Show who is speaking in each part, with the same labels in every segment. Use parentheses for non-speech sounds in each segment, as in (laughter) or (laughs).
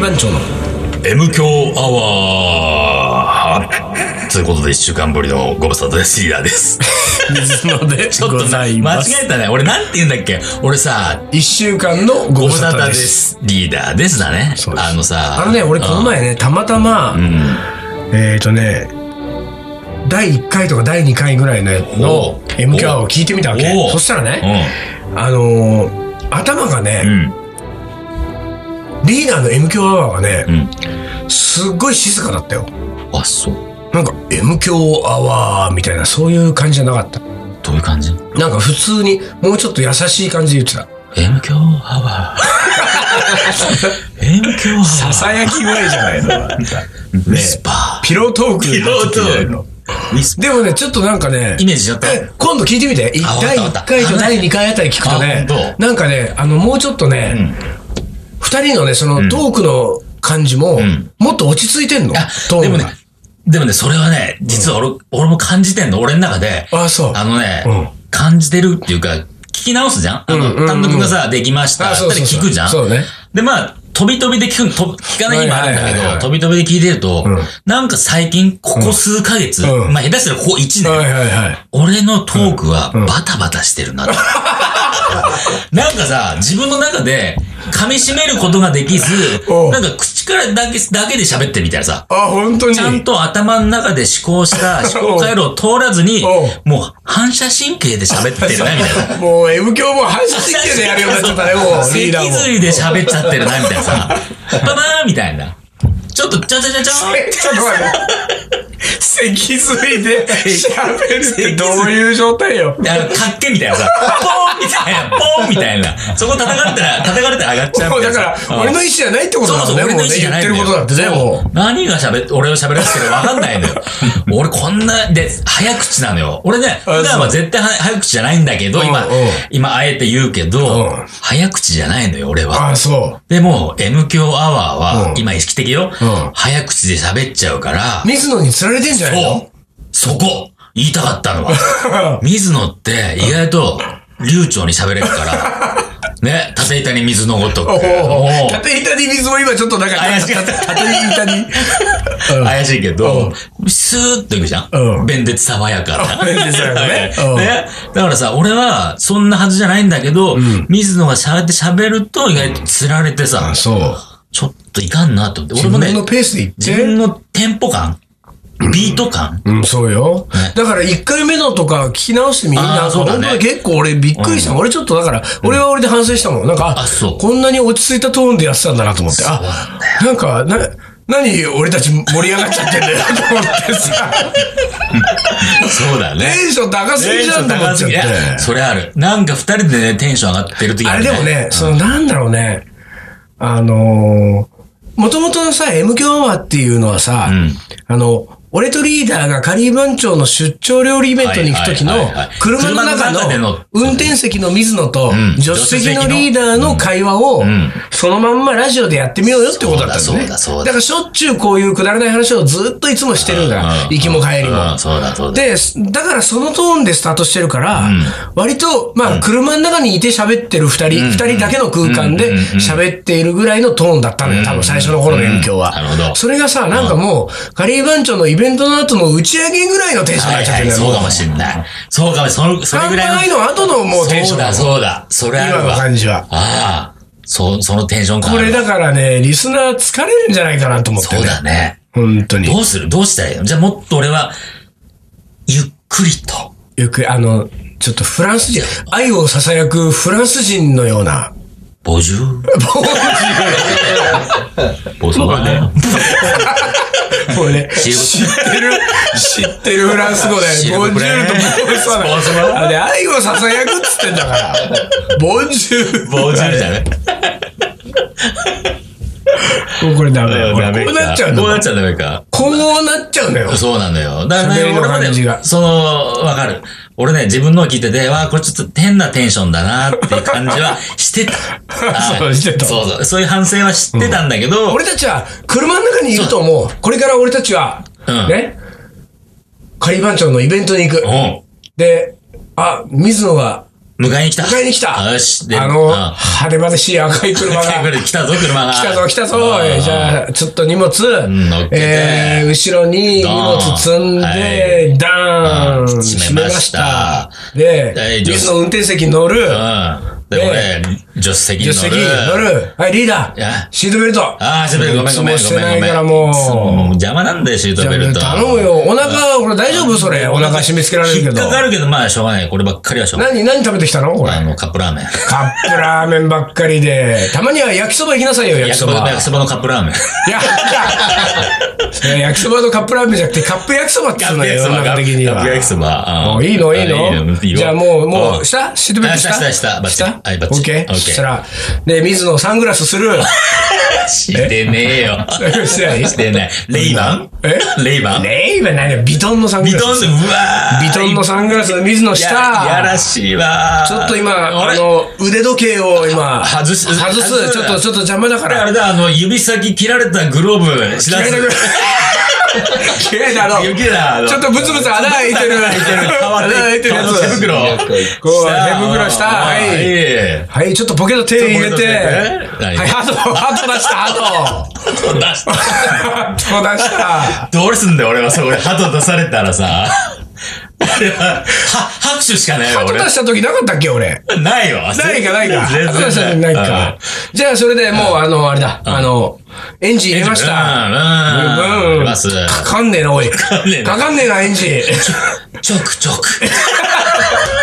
Speaker 1: 番長の
Speaker 2: M 強アワーということで、一週間ぶりのご無沙
Speaker 1: (laughs)
Speaker 2: 汰です。リーダーです。
Speaker 1: 水野で
Speaker 2: ちょ
Speaker 1: (laughs)
Speaker 2: っ
Speaker 1: ご
Speaker 2: とさ
Speaker 1: ざ
Speaker 2: 間
Speaker 1: いま
Speaker 2: 違
Speaker 1: す。
Speaker 2: えたね。俺なんて言うんだっけ俺さ、
Speaker 1: (laughs) 一週間のご
Speaker 2: ご
Speaker 1: 無
Speaker 2: 無
Speaker 1: 沙
Speaker 2: 沙
Speaker 1: 汰
Speaker 2: 汰
Speaker 1: で。
Speaker 2: ですす。リーダーですだね
Speaker 1: そう。です
Speaker 2: あのさ。
Speaker 1: あのね、俺この前ね、たまたま、
Speaker 2: うん。
Speaker 1: えっ、ー、とね、第1回とか第2回ぐらいのやつの
Speaker 2: お
Speaker 1: M キャワを聞いてみたわけ
Speaker 2: お。
Speaker 1: そしたらね、あのー頭が
Speaker 2: う
Speaker 1: ね、
Speaker 2: ん。
Speaker 1: リーダーの M 強アワーがね
Speaker 2: う、ん。
Speaker 1: すっごい静かだったよ。
Speaker 2: あ、そう。
Speaker 1: なんか M 強アワーみたいな、そういう感じじゃなかった。
Speaker 2: どういう感じ
Speaker 1: なんか普通に、もうちょっと優しい感じで言ってた。
Speaker 2: ?M 強アワ
Speaker 1: (laughs)
Speaker 2: ー。M 強アワー。
Speaker 1: やき声じゃないの。
Speaker 2: ウィスパ
Speaker 1: ピロートーク
Speaker 2: ー。ー。ウィスパ
Speaker 1: でもね、ちょっとなんかね
Speaker 2: ー。イ、メージしちゃった。
Speaker 1: え今度聞いてみて。い
Speaker 2: あわかっ
Speaker 1: 第
Speaker 2: たわか
Speaker 1: 1
Speaker 2: った
Speaker 1: 回と第2回あたり聞くとね
Speaker 2: あ本、当
Speaker 1: なんかね、あの、もうちょっとね、二人のね、そのトークの感じも
Speaker 2: ん、
Speaker 1: もっと落ち着いてんの。ト
Speaker 2: で
Speaker 1: ー
Speaker 2: も
Speaker 1: ン
Speaker 2: ね
Speaker 1: が。、
Speaker 2: でもね、それはね、実は俺、俺も感じてんの、俺の中で。
Speaker 1: あそう
Speaker 2: あのね、
Speaker 1: うん
Speaker 2: 感じてるっていうか、聞き直すじゃんあ
Speaker 1: うんうんう
Speaker 2: の、
Speaker 1: ん
Speaker 2: 単独がさ、できました。
Speaker 1: あそうそうそう
Speaker 2: だったら聞くじゃん
Speaker 1: そうね。
Speaker 2: で、まあ、飛び飛びで聞く、と聞かない日もあるんだけ
Speaker 1: はいはいはいは
Speaker 2: ど、
Speaker 1: い
Speaker 2: 飛び飛びで聞いてると
Speaker 1: うん、
Speaker 2: なんか最近、ここ数ヶ月、
Speaker 1: うん
Speaker 2: まあ下手したらここ1年、
Speaker 1: はいはいはい。
Speaker 2: 俺のトークはバタバタして (laughs) るなと。なんかさ、自分の中で噛み締めることができず、
Speaker 1: おう
Speaker 2: なんか口からだけ、だけで喋ってるみたいなさ。
Speaker 1: あ、本当に。
Speaker 2: ちゃんと頭の中で思考
Speaker 1: (laughs)
Speaker 2: した思考回路を通らずに
Speaker 1: おう、
Speaker 2: もう反射神経で喋ってるな、みたい
Speaker 1: (laughs)
Speaker 2: な。
Speaker 1: もう、M 教も反射神経でやるようになっちゃったね、
Speaker 2: (laughs)
Speaker 1: もう、リーダー
Speaker 2: 脊
Speaker 1: も。
Speaker 2: 髄で喋っちゃってるな、みたいなさ。パパーンみたいな。ちょっと、ちゃちゃちゃちゃ
Speaker 1: え (laughs) ちょっと待って。脊髄で喋るってどういう状態よ。
Speaker 2: (laughs) あの、かっけみたいなさ、ポーンみたいな、ポーンみたいな。そこ叩かれたら、叩かれたら上がっちゃう
Speaker 1: も
Speaker 2: み
Speaker 1: う
Speaker 2: た
Speaker 1: だ
Speaker 2: い
Speaker 1: か
Speaker 2: な
Speaker 1: ら
Speaker 2: さ。、
Speaker 1: 俺の
Speaker 2: うん
Speaker 1: 意思じゃないってこと
Speaker 2: そう
Speaker 1: だ
Speaker 2: そ
Speaker 1: もね、
Speaker 2: うん俺
Speaker 1: も
Speaker 2: の
Speaker 1: う
Speaker 2: 意
Speaker 1: ね
Speaker 2: 思じ
Speaker 1: 言
Speaker 2: ゃな
Speaker 1: っ
Speaker 2: い
Speaker 1: て
Speaker 2: ん
Speaker 1: る
Speaker 2: だ
Speaker 1: こ
Speaker 2: よ
Speaker 1: とだってね、
Speaker 2: そう
Speaker 1: もう。
Speaker 2: 何が喋って、俺を喋らせてるか分かんない
Speaker 1: (laughs)
Speaker 2: のよ。俺こんな、で、早口なのよ。俺ね、
Speaker 1: あ
Speaker 2: 普段は
Speaker 1: そ
Speaker 2: 絶対は早口じゃないんだけど、今
Speaker 1: うんうん、
Speaker 2: 今あえて言うけ
Speaker 1: う
Speaker 2: ど
Speaker 1: ん、
Speaker 2: 早口じゃないのよ、俺は。
Speaker 1: ああ、そ
Speaker 2: でも、M 強アワーは
Speaker 1: う、ん
Speaker 2: 今意識的よ
Speaker 1: うん。
Speaker 2: 早口で喋っちゃうから
Speaker 1: う。、水野に釣られてんじゃないの
Speaker 2: そうそこ言いたかった
Speaker 1: (laughs)
Speaker 2: のは。水野って意外と流暢に喋れる
Speaker 1: (laughs)
Speaker 2: から。ね、縦板に水のごとく。
Speaker 1: お
Speaker 2: も
Speaker 1: お
Speaker 2: う
Speaker 1: 縦板に水も今ちょっとなんか、
Speaker 2: 怪しかった
Speaker 1: 縦板に。
Speaker 2: 怪しいけど、スーッといくじゃ
Speaker 1: うん
Speaker 2: ん。弁舌爽やかな。
Speaker 1: 弁舌爽やか
Speaker 2: (laughs)
Speaker 1: ねうん
Speaker 2: ねだからさ、俺はそんなはずじゃないんだけど、水野が喋って喋ると意外と釣られてさ、
Speaker 1: そう。
Speaker 2: ちょっといかんなと思って。
Speaker 1: 自
Speaker 2: 俺も
Speaker 1: 分
Speaker 2: ね
Speaker 1: の、ペースでいっ
Speaker 2: 自分
Speaker 1: て。
Speaker 2: のテンポ感、ビート感、
Speaker 1: うん、そうよ。だから一回目のとか聞き直してみ、
Speaker 2: あー
Speaker 1: なんか
Speaker 2: そうだ
Speaker 1: 本
Speaker 2: ね
Speaker 1: 当に結構俺びっくりした。俺ちょっとだから、俺は俺で反省したもん。なんか、
Speaker 2: あそう
Speaker 1: こんなに落ち着いたトーンでやってたんだなと思って。あ、なんか、な、何俺たち盛り上がっちゃってんだよと思って
Speaker 2: (laughs)
Speaker 1: さ。
Speaker 2: そうだね。
Speaker 1: テンション高すぎじゃんと思っちゃっ
Speaker 2: いや
Speaker 1: て。
Speaker 2: それある。なんか二人でね、テンション上がってる時
Speaker 1: あれでもね、
Speaker 2: うん
Speaker 1: そのなんだろうね、あのー、もともとのさ、M 強アワーっていうのはさ、
Speaker 2: ん
Speaker 1: あの、俺とリーダーがカリー番長の出張料理イベントに行く時の
Speaker 2: はいはいはいはい、
Speaker 1: 車の中
Speaker 2: 車の中で
Speaker 1: の
Speaker 2: の
Speaker 1: 運転席の水野と
Speaker 2: ん、
Speaker 1: 助手席のリーダーの会話を
Speaker 2: ん、
Speaker 1: そのまんまラジオでやってみようよってことだったん
Speaker 2: そう
Speaker 1: ね。
Speaker 2: だそうだそうだ
Speaker 1: だからしょっちゅうこういうくだらない話をずっといつもしてるんだ
Speaker 2: うん。
Speaker 1: 行きも帰りも
Speaker 2: う。んそうだそうだ。
Speaker 1: で、だからそのトーンでスタートしてるから、割と、まあ、車の中にいて喋ってる二人、二人だけの空間で喋っているぐらいのトーンだったのよ、多分最初の頃の影響は。
Speaker 2: うんなるほど
Speaker 1: それがさ、なんかもう、カリー番長のイベントの後の打ち上げぐらいのテンションにな
Speaker 2: は
Speaker 1: っ
Speaker 2: い
Speaker 1: ちゃっ
Speaker 2: は
Speaker 1: てる
Speaker 2: い、
Speaker 1: んだよ、
Speaker 2: そうか
Speaker 1: も
Speaker 2: もしんない。そうかも、その、それぐ
Speaker 1: 乾
Speaker 2: らい
Speaker 1: 杯
Speaker 2: の。
Speaker 1: の後のもうテンシ
Speaker 2: そ
Speaker 1: ョ
Speaker 2: う
Speaker 1: ン。
Speaker 2: だそうだ。それあ
Speaker 1: 今
Speaker 2: る
Speaker 1: の
Speaker 2: わ。
Speaker 1: 感じは。
Speaker 2: ああ、そう、そのテンション感あ
Speaker 1: こ
Speaker 2: るわ。
Speaker 1: れだからね、リスナー疲れるんじゃないかなと思って
Speaker 2: そう
Speaker 1: ね。
Speaker 2: だね。
Speaker 1: 本当に。
Speaker 2: どうするどうしたらいいのじゃあもっと俺は、ゆっくりと。
Speaker 1: よく、あの、ちょっとフランス人、愛を囁くフランス人のような、
Speaker 2: ボジュー。ボジュー。ボジュー。
Speaker 1: これね、
Speaker 2: 知ってる
Speaker 1: 知ってるフランス語で、
Speaker 2: シル
Speaker 1: ボ
Speaker 2: ブ
Speaker 1: ンジ
Speaker 2: プ
Speaker 1: ュ
Speaker 2: レ
Speaker 1: ールとボンソワ
Speaker 2: ボンソワ
Speaker 1: あれ、愛をささやくっつってんだから。ボンジュール。
Speaker 2: ボジューじゃない
Speaker 1: もうこれダメだよ。こ
Speaker 2: ダメ
Speaker 1: れこ
Speaker 2: か
Speaker 1: うなっちゃうんだ
Speaker 2: こう
Speaker 1: よ
Speaker 2: なっちゃダメか。
Speaker 1: こうなっちゃうのよ。
Speaker 2: そうなのよ。だからね、
Speaker 1: 喋りの
Speaker 2: 俺も
Speaker 1: 感じが。
Speaker 2: ね、その、わかる。俺ね、自分のを聞いてて、わあ、これちょっと変なテンションだなっていう感じはしてた
Speaker 1: (laughs) そうしてた
Speaker 2: そうそう。そういう反省は知ってたんだけど、
Speaker 1: 俺たちは、車の中にいると思う。これから俺たちは、
Speaker 2: うん
Speaker 1: ね、仮番長のイベントに行く。
Speaker 2: うん。
Speaker 1: で、あ、水野が
Speaker 2: 迎えに来た。
Speaker 1: 迎えに来た
Speaker 2: よし。
Speaker 1: あの、派手までしい赤い車
Speaker 2: (laughs)
Speaker 1: が。
Speaker 2: 来てくれ、来たぞ、車が。
Speaker 1: 来たぞ、来たぞ
Speaker 2: あ。ー
Speaker 1: じゃあ、ちょっと荷物、
Speaker 2: ん乗っけて
Speaker 1: えー、後ろに荷物積ん
Speaker 2: は
Speaker 1: で、ダーン、
Speaker 2: うん
Speaker 1: 閉
Speaker 2: 閉
Speaker 1: め
Speaker 2: め
Speaker 1: ま
Speaker 2: ま
Speaker 1: し
Speaker 2: したた。
Speaker 1: で
Speaker 2: 大、丈夫
Speaker 1: 水の運転席に乗る、
Speaker 2: うん。で、俺、助手席に乗る。
Speaker 1: 助手席に乗る、はい、リーダ
Speaker 2: いや
Speaker 1: ー、シートベルト。
Speaker 2: ああ、シートベルトごめんごめん
Speaker 1: いつもし
Speaker 2: ご
Speaker 1: て
Speaker 2: め
Speaker 1: な
Speaker 2: んごめん。
Speaker 1: いからもう
Speaker 2: もう邪魔なんだよ、シートベルト。
Speaker 1: 頼むよ。お腹、俺大丈夫それ。お腹締め付けられるけ
Speaker 2: 引っ
Speaker 1: ど。
Speaker 2: かかるけど、まあ、しょうがない。こればっかりはしょうがない。
Speaker 1: 何、何食べてきたのこれ。
Speaker 2: あの、カップラーメン。
Speaker 1: カップラーメンばっかりで。たまには焼きそば行きなさいよ、焼
Speaker 2: 焼
Speaker 1: き
Speaker 2: き
Speaker 1: そ
Speaker 2: そば
Speaker 1: ば。
Speaker 2: 焼きそばのカップラーメン。
Speaker 1: いや、いや焼きそばのカップラーメンじゃなくて、カップ焼きそばって言うのよ、世の中的に
Speaker 2: カップ焼き
Speaker 1: は。
Speaker 2: そば。
Speaker 1: も
Speaker 2: うん
Speaker 1: ういいのいい
Speaker 2: あ
Speaker 1: の
Speaker 2: よ
Speaker 1: じゃあもう、も
Speaker 2: ん
Speaker 1: う、したシートベルトした
Speaker 2: あしたしたした
Speaker 1: した
Speaker 2: バッチリはいバッ
Speaker 1: オ
Speaker 2: チ
Speaker 1: ッ
Speaker 2: リ
Speaker 1: ケー
Speaker 2: オッケー
Speaker 1: そしたら、で、水野サングラスする。
Speaker 2: してねえよ。
Speaker 1: してない
Speaker 2: してない。レイバン
Speaker 1: え
Speaker 2: レイバン
Speaker 1: ねえ、今何よビトンのサング
Speaker 2: ビ
Speaker 1: ラ
Speaker 2: トン
Speaker 1: ス
Speaker 2: で、。うわー
Speaker 1: ビトンのサングラスの水野下。
Speaker 2: ややらしいわー
Speaker 1: ちょっと今、
Speaker 2: あ
Speaker 1: あ
Speaker 2: れ
Speaker 1: の、腕時計を今、
Speaker 2: 外す
Speaker 1: 外
Speaker 2: 外
Speaker 1: す。
Speaker 2: す
Speaker 1: ちょっと、ちょっと邪魔だか
Speaker 2: あ
Speaker 1: ら。
Speaker 2: れだ、あの、指先切られたグローブ、知ら
Speaker 1: 嫌い
Speaker 2: ず
Speaker 1: だぐらい。嫌いだろ。
Speaker 2: 雪だ。
Speaker 1: ちょっとブツブツ穴開いて (laughs) る。
Speaker 2: 開いてる。変わ
Speaker 1: 穴
Speaker 2: って
Speaker 1: 開いてるや
Speaker 2: 手袋
Speaker 1: つ。。こう手袋したはい
Speaker 2: い。
Speaker 1: はい、ちょっとポケット手入れて。は、
Speaker 2: はいい
Speaker 1: ハート、ハート出した、ハート。
Speaker 2: 出した。
Speaker 1: (laughs) ハート出した。
Speaker 2: どうすんだよ、俺はそこで鳩出されたらさ。あれは、は、拍手しかないよ、
Speaker 1: ハート
Speaker 2: 俺
Speaker 1: 出。した時なかったっけ、俺。
Speaker 2: ないよ。
Speaker 1: ないか、ないか。ハ
Speaker 2: 全
Speaker 1: ート出した時
Speaker 2: 然
Speaker 1: ないか。。じゃあ、それでもう、あの、あれだ。あの、エンジン入れました。
Speaker 2: うん、うん。
Speaker 1: うん
Speaker 2: います。
Speaker 1: かかんねえな、おい。か
Speaker 2: かんねえな
Speaker 1: かんねえな、エンジン。
Speaker 2: チョクチョク。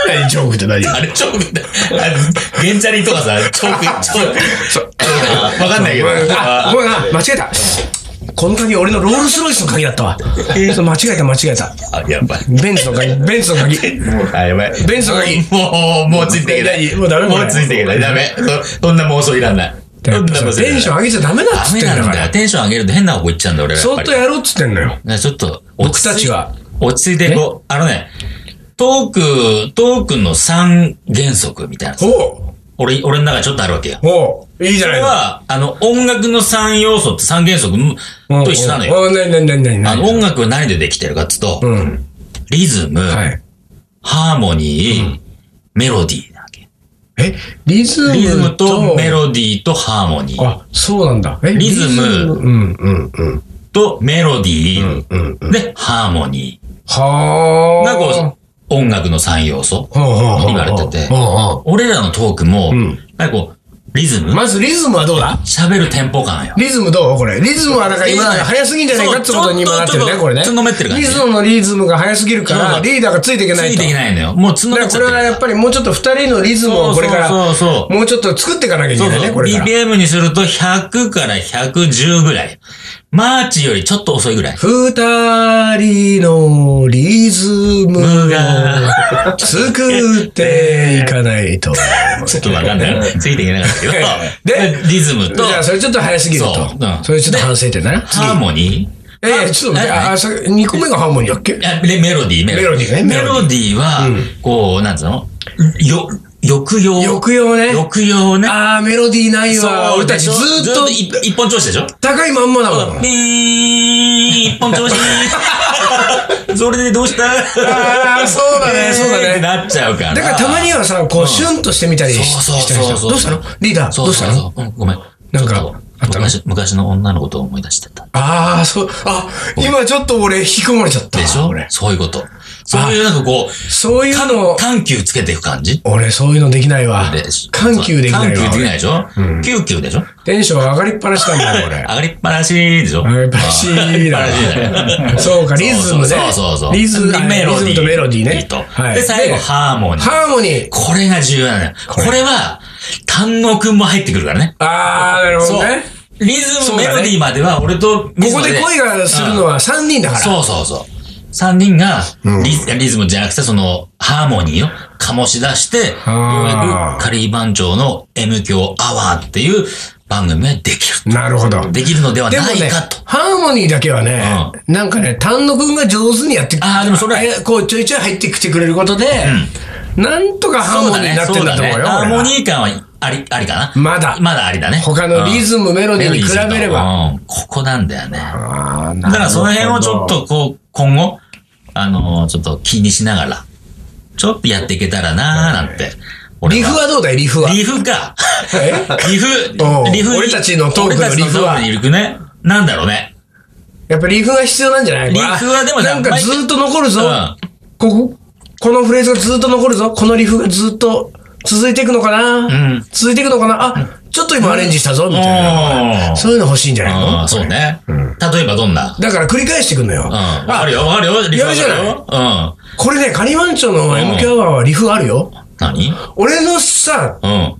Speaker 1: 何ジョークって何
Speaker 2: あれ、チョクって、あれ、ゲンチャリとかさ、チョク、チョク。
Speaker 1: そう
Speaker 2: あわかんないけど。
Speaker 1: あ、ごめんな、間違えた。この鍵、俺のロールスロイスの鍵だったわ。そう間違えた、間違えた。
Speaker 2: あ、やばい。
Speaker 1: ベンツの鍵、ベンツの鍵。
Speaker 2: あ、やばい。
Speaker 1: ベンツの鍵
Speaker 2: もう、もうついていけな
Speaker 1: え
Speaker 2: い。
Speaker 1: もうダメ
Speaker 2: もうついていけない。ダメ。そそんな妄想いらない。そ
Speaker 1: やっ
Speaker 2: んな
Speaker 1: ぱ
Speaker 2: 妄
Speaker 1: さ
Speaker 2: 想いら
Speaker 1: テ
Speaker 2: ない
Speaker 1: ンション上げちゃダメだっ
Speaker 2: ダ
Speaker 1: つっ
Speaker 2: メ
Speaker 1: てんだ
Speaker 2: なん
Speaker 1: か
Speaker 2: だ
Speaker 1: ら
Speaker 2: よ。。テンション上げると変な方向行っちゃうんだ、俺ら。
Speaker 1: そ
Speaker 2: や
Speaker 1: っ
Speaker 2: っ
Speaker 1: と
Speaker 2: ぱり
Speaker 1: やろうっつってんのよ。
Speaker 2: ねちょっと、
Speaker 1: 僕たちは。
Speaker 2: 落ち着いてこう。あのね、トーク、トークの三原則みたいな。
Speaker 1: ほ
Speaker 2: 俺、俺の中にちょっとあるわけよ。
Speaker 1: うほういいじゃ
Speaker 2: こ
Speaker 1: な
Speaker 2: れ
Speaker 1: いの。
Speaker 2: は、あの、音楽の三要素って三原則むと一緒なのよ。
Speaker 1: よ。なになになになに
Speaker 2: あの、音楽は何でできてるかっつうと、
Speaker 1: うん。
Speaker 2: リズム、
Speaker 1: はい。
Speaker 2: ハーモニー、メロディーなわけ。
Speaker 1: え、リズムと。
Speaker 2: リズムとメロディーとハーモニー
Speaker 1: あ、そうなんだ。え、
Speaker 2: リズム
Speaker 1: うん、うん、うん。
Speaker 2: とメロディー
Speaker 1: うん、うん。
Speaker 2: でハーモニ
Speaker 1: は
Speaker 2: ー
Speaker 1: あ。
Speaker 2: がこう、音楽の三要素。
Speaker 1: ほうほうほうほう、
Speaker 2: 言われてて
Speaker 1: ほうほ
Speaker 2: 俺らのトークも、
Speaker 1: ん
Speaker 2: なんかこう、リズ
Speaker 1: う
Speaker 2: ム
Speaker 1: まずリズムはどうだ
Speaker 2: 喋るテンポ感よ。
Speaker 1: リズムどうこれ。リズムはだから今、
Speaker 2: リズム
Speaker 1: 早すぎんじゃないかってことに今なってるね
Speaker 2: そ、う
Speaker 1: これね。
Speaker 2: ちょっとちょっとのめってる感じ
Speaker 1: リズムのリズムが早すぎるか
Speaker 2: そう
Speaker 1: ら、
Speaker 2: そう
Speaker 1: リーダーがついていけ
Speaker 2: つ
Speaker 1: ない
Speaker 2: い
Speaker 1: と。
Speaker 2: ていけないのよ。もう
Speaker 1: だ
Speaker 2: 繋
Speaker 1: か
Speaker 2: が
Speaker 1: ら
Speaker 2: っち
Speaker 1: こ
Speaker 2: ゃ
Speaker 1: れ
Speaker 2: って
Speaker 1: はやっぱりもうちょっと二人のリズムをこれから、
Speaker 2: そうそうそうそう
Speaker 1: もうちょっと作っていかなきゃいけ
Speaker 2: そう
Speaker 1: ない
Speaker 2: そう
Speaker 1: ね、これから。
Speaker 2: BPM にすると100から110ぐらい。マーチよりちょっと遅いぐらい。
Speaker 1: 二人のリズム
Speaker 2: ム
Speaker 1: を作っていかないと。。
Speaker 2: ちょっとわかんない。ついていけなかったけど
Speaker 1: (laughs) で、
Speaker 2: リズム
Speaker 1: じ
Speaker 2: と、
Speaker 1: ゃあそれちょっと早すぎると。
Speaker 2: そううん
Speaker 1: それちょっと反省点だな。
Speaker 2: ハーモニー。
Speaker 1: ええちょっと待って、
Speaker 2: あ
Speaker 1: あ、あそれ二個目がハーモニーだっけ
Speaker 2: いやメメロディー、メロディー。
Speaker 1: メ
Speaker 2: メ
Speaker 1: ロ
Speaker 2: ロディーは、こう、なんつうのよ、抑揚。
Speaker 1: 抑揚ね。
Speaker 2: 抑揚ね。
Speaker 1: (laughs) ああ、メロディーないわ。
Speaker 2: そう
Speaker 1: 俺たちずーっと
Speaker 2: 一一本調子でしょ
Speaker 1: 高いまんまだもん。
Speaker 2: ピーン一本調子それでどうした
Speaker 1: あーそうだねそうだね
Speaker 2: ってなっちゃうから。
Speaker 1: だからたまにはさ、こう、
Speaker 2: ん
Speaker 1: シュンとしてみたりし
Speaker 2: そう
Speaker 1: し
Speaker 2: そ
Speaker 1: た
Speaker 2: う
Speaker 1: り
Speaker 2: そう
Speaker 1: し
Speaker 2: そ
Speaker 1: たど
Speaker 2: う。
Speaker 1: うしたのリーダー、
Speaker 2: そう
Speaker 1: どうした
Speaker 2: そう
Speaker 1: の
Speaker 2: そううんごめん。
Speaker 1: なんか
Speaker 2: ちょと
Speaker 1: あったの
Speaker 2: 昔、昔の女のことを思い出してた。
Speaker 1: ああ、そう、あ、今ちょっと俺引き込まれちゃった。
Speaker 2: でしょ
Speaker 1: 俺。
Speaker 2: そういうこと。そういうなんかこう、
Speaker 1: そういうの、
Speaker 2: 緩急つけていく感じ
Speaker 1: 俺そういうのできないわ
Speaker 2: で。
Speaker 1: 緩急できない
Speaker 2: 緩急で
Speaker 1: わ。
Speaker 2: きないでしょキューキューでしょ
Speaker 1: テンション上がりっぱなしなんだよ、俺
Speaker 2: 上。がりっぱなしでしょ
Speaker 1: 上がりっぱなしだ
Speaker 2: (laughs)
Speaker 1: ね。そうか、リズムね。
Speaker 2: そうそうそう。
Speaker 1: リズム、
Speaker 2: メ
Speaker 1: リ
Speaker 2: ロディー。
Speaker 1: ズムとメロディーね。
Speaker 2: と
Speaker 1: はい
Speaker 2: で、最後、
Speaker 1: で
Speaker 2: ハーモニー。
Speaker 1: ハーモニー。
Speaker 2: これが重要なのよ。
Speaker 1: こ
Speaker 2: こ
Speaker 1: れ
Speaker 2: れは、丹野くんも入ってくるからね。
Speaker 1: ああ、なるほどね。
Speaker 2: リズ
Speaker 1: そう
Speaker 2: ム、
Speaker 1: だ
Speaker 2: メ
Speaker 1: ね
Speaker 2: ロディーまでは、俺と
Speaker 1: こ
Speaker 2: 水
Speaker 1: こ
Speaker 2: 野
Speaker 1: で恋がするのは3人だから。
Speaker 2: そうそうそう。三人がリズ、リズムじゃなくて、その、ハーモニーを醸し出して、よう
Speaker 1: あー
Speaker 2: やく、カリー番長の M 響アワーっていう番組ができる。
Speaker 1: なるほど。
Speaker 2: できるのでは
Speaker 1: でも
Speaker 2: ない
Speaker 1: ね
Speaker 2: かと。、
Speaker 1: ハーモニーだけはね、なんかね、丹野くんが上手にやって
Speaker 2: あーでもそれは
Speaker 1: えこうちょいちょい入ってきてくれることで、なんとかハーモニーになってんだと思う
Speaker 2: そう
Speaker 1: よ。
Speaker 2: だねハ
Speaker 1: 俺
Speaker 2: ーモ
Speaker 1: は
Speaker 2: ニー感はあり、ありかな。
Speaker 1: まだ
Speaker 2: まだありだね。
Speaker 1: 他のリズム、メロディーに比べれば。
Speaker 2: ば。うんここなんだよね。
Speaker 1: あーな
Speaker 2: だ
Speaker 1: るほど
Speaker 2: からその辺をちょっとこう、今後、あのーちょっと気にしながら、ちょっとやっていけたらなーなんて俺
Speaker 1: リフはどうだいリフは。
Speaker 2: リ
Speaker 1: (laughs)
Speaker 2: フか。
Speaker 1: え
Speaker 2: リフ
Speaker 1: おう、
Speaker 2: リフ。
Speaker 1: 俺たちのトークのリフは
Speaker 2: 俺たちのトークにリフね。なんだろうね。
Speaker 1: やっぱリフが必要なんじゃない
Speaker 2: リフはでも
Speaker 1: あ
Speaker 2: ね
Speaker 1: なんかずっと残るぞ
Speaker 2: うん。
Speaker 1: ここ、このフレーズがずっと残るぞ。このリフがずっと続いていくのかな
Speaker 2: うん
Speaker 1: 続いていくのかなあ、ちょっと今アレンジしたぞ、みたい
Speaker 2: お
Speaker 1: な。
Speaker 2: ー
Speaker 1: そういうの欲しいんじゃない
Speaker 2: あ
Speaker 1: の
Speaker 2: あ、そうね。例えばどんな
Speaker 1: だから繰り返していくのよ。
Speaker 2: うん。わかるよ、わかるよ。リフ
Speaker 1: やるじゃない
Speaker 2: うん。
Speaker 1: これね、カニワンチョの MQ アワーはリフあるよ。
Speaker 2: 何
Speaker 1: 俺のさ、
Speaker 2: うん。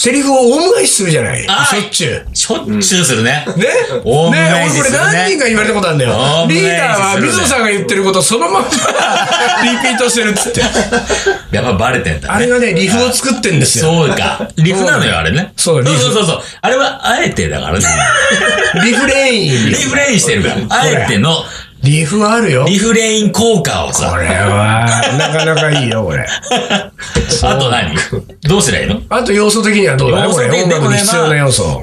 Speaker 1: セリフをオウム返しするじゃない
Speaker 2: あー
Speaker 1: しょっちゅう。
Speaker 2: しょっちゅうするね。
Speaker 1: ね
Speaker 2: オウム
Speaker 1: ね
Speaker 2: 返
Speaker 1: 俺
Speaker 2: し
Speaker 1: こ
Speaker 2: す
Speaker 1: れ
Speaker 2: るね
Speaker 1: 何人か言われたことあるんだよ
Speaker 2: オ。ウム
Speaker 1: リー
Speaker 2: 返しするね
Speaker 1: ダーは、みぞさんが言ってることそのまん (laughs) まリピートしてるっつって。
Speaker 2: やっぱバレてんだね。
Speaker 1: あれがね、リフを作ってんですよ。
Speaker 2: そうか。リフなのよ、あれね。
Speaker 1: そうリ
Speaker 2: そう
Speaker 1: フ
Speaker 2: そうそうそう。あれは、あえてだからね。
Speaker 1: リフレイン。
Speaker 2: リフレインしてるから。あえての、
Speaker 1: リフあるよ。
Speaker 2: リフレイン効果を
Speaker 1: こ
Speaker 2: さ。
Speaker 1: れは、なかなかいいよ、これ。
Speaker 2: あと何どうすりゃいいの
Speaker 1: あと要素的にはどうだ
Speaker 2: 要
Speaker 1: こ
Speaker 2: 素
Speaker 1: れ
Speaker 2: 的に
Speaker 1: 音楽に必要な要素。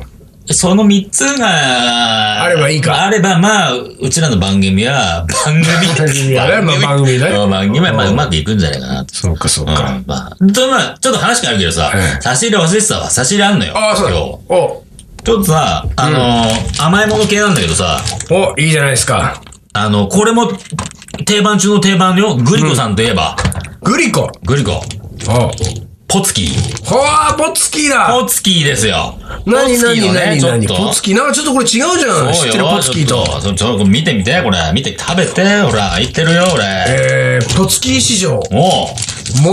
Speaker 2: その三つが、
Speaker 1: あればいいか
Speaker 2: あれば、まあ、うちらの番組は、番
Speaker 1: 番組
Speaker 2: 組
Speaker 1: はねまあ番組ね
Speaker 2: うん番組は、まあ、うまくいくんじゃないかなと。
Speaker 1: そうか、そう
Speaker 2: うん。
Speaker 1: か。
Speaker 2: まあ、と、まあ、ちょっと話変わるけどさ
Speaker 1: え、え
Speaker 2: 差し入れ忘れてたわ。差し入れあんのよ。
Speaker 1: ああ、そうだ。
Speaker 2: 今日
Speaker 1: お、
Speaker 2: ちょっとさ、あのー、甘いもの系なんだけどさ、
Speaker 1: お、いいじゃないですか。
Speaker 2: あの、これも、定番中の定番よ。グリコさんといえば、
Speaker 1: グリコ。
Speaker 2: グリコ、
Speaker 1: お、ほ
Speaker 2: ポツキー。
Speaker 1: ー、ポツキーだ。
Speaker 2: ポツキーですよ。
Speaker 1: 何何何何
Speaker 2: ちょっ
Speaker 1: 何
Speaker 2: と
Speaker 1: ポツキーなんかちょっとこれ違うじゃん。知ってるポツキーと。。
Speaker 2: そうよちょっとちょっと見てみて、これ。見て、食べて、ほら、言ってるよ、俺。
Speaker 1: えー、ポツキー史上、
Speaker 2: おう
Speaker 1: 最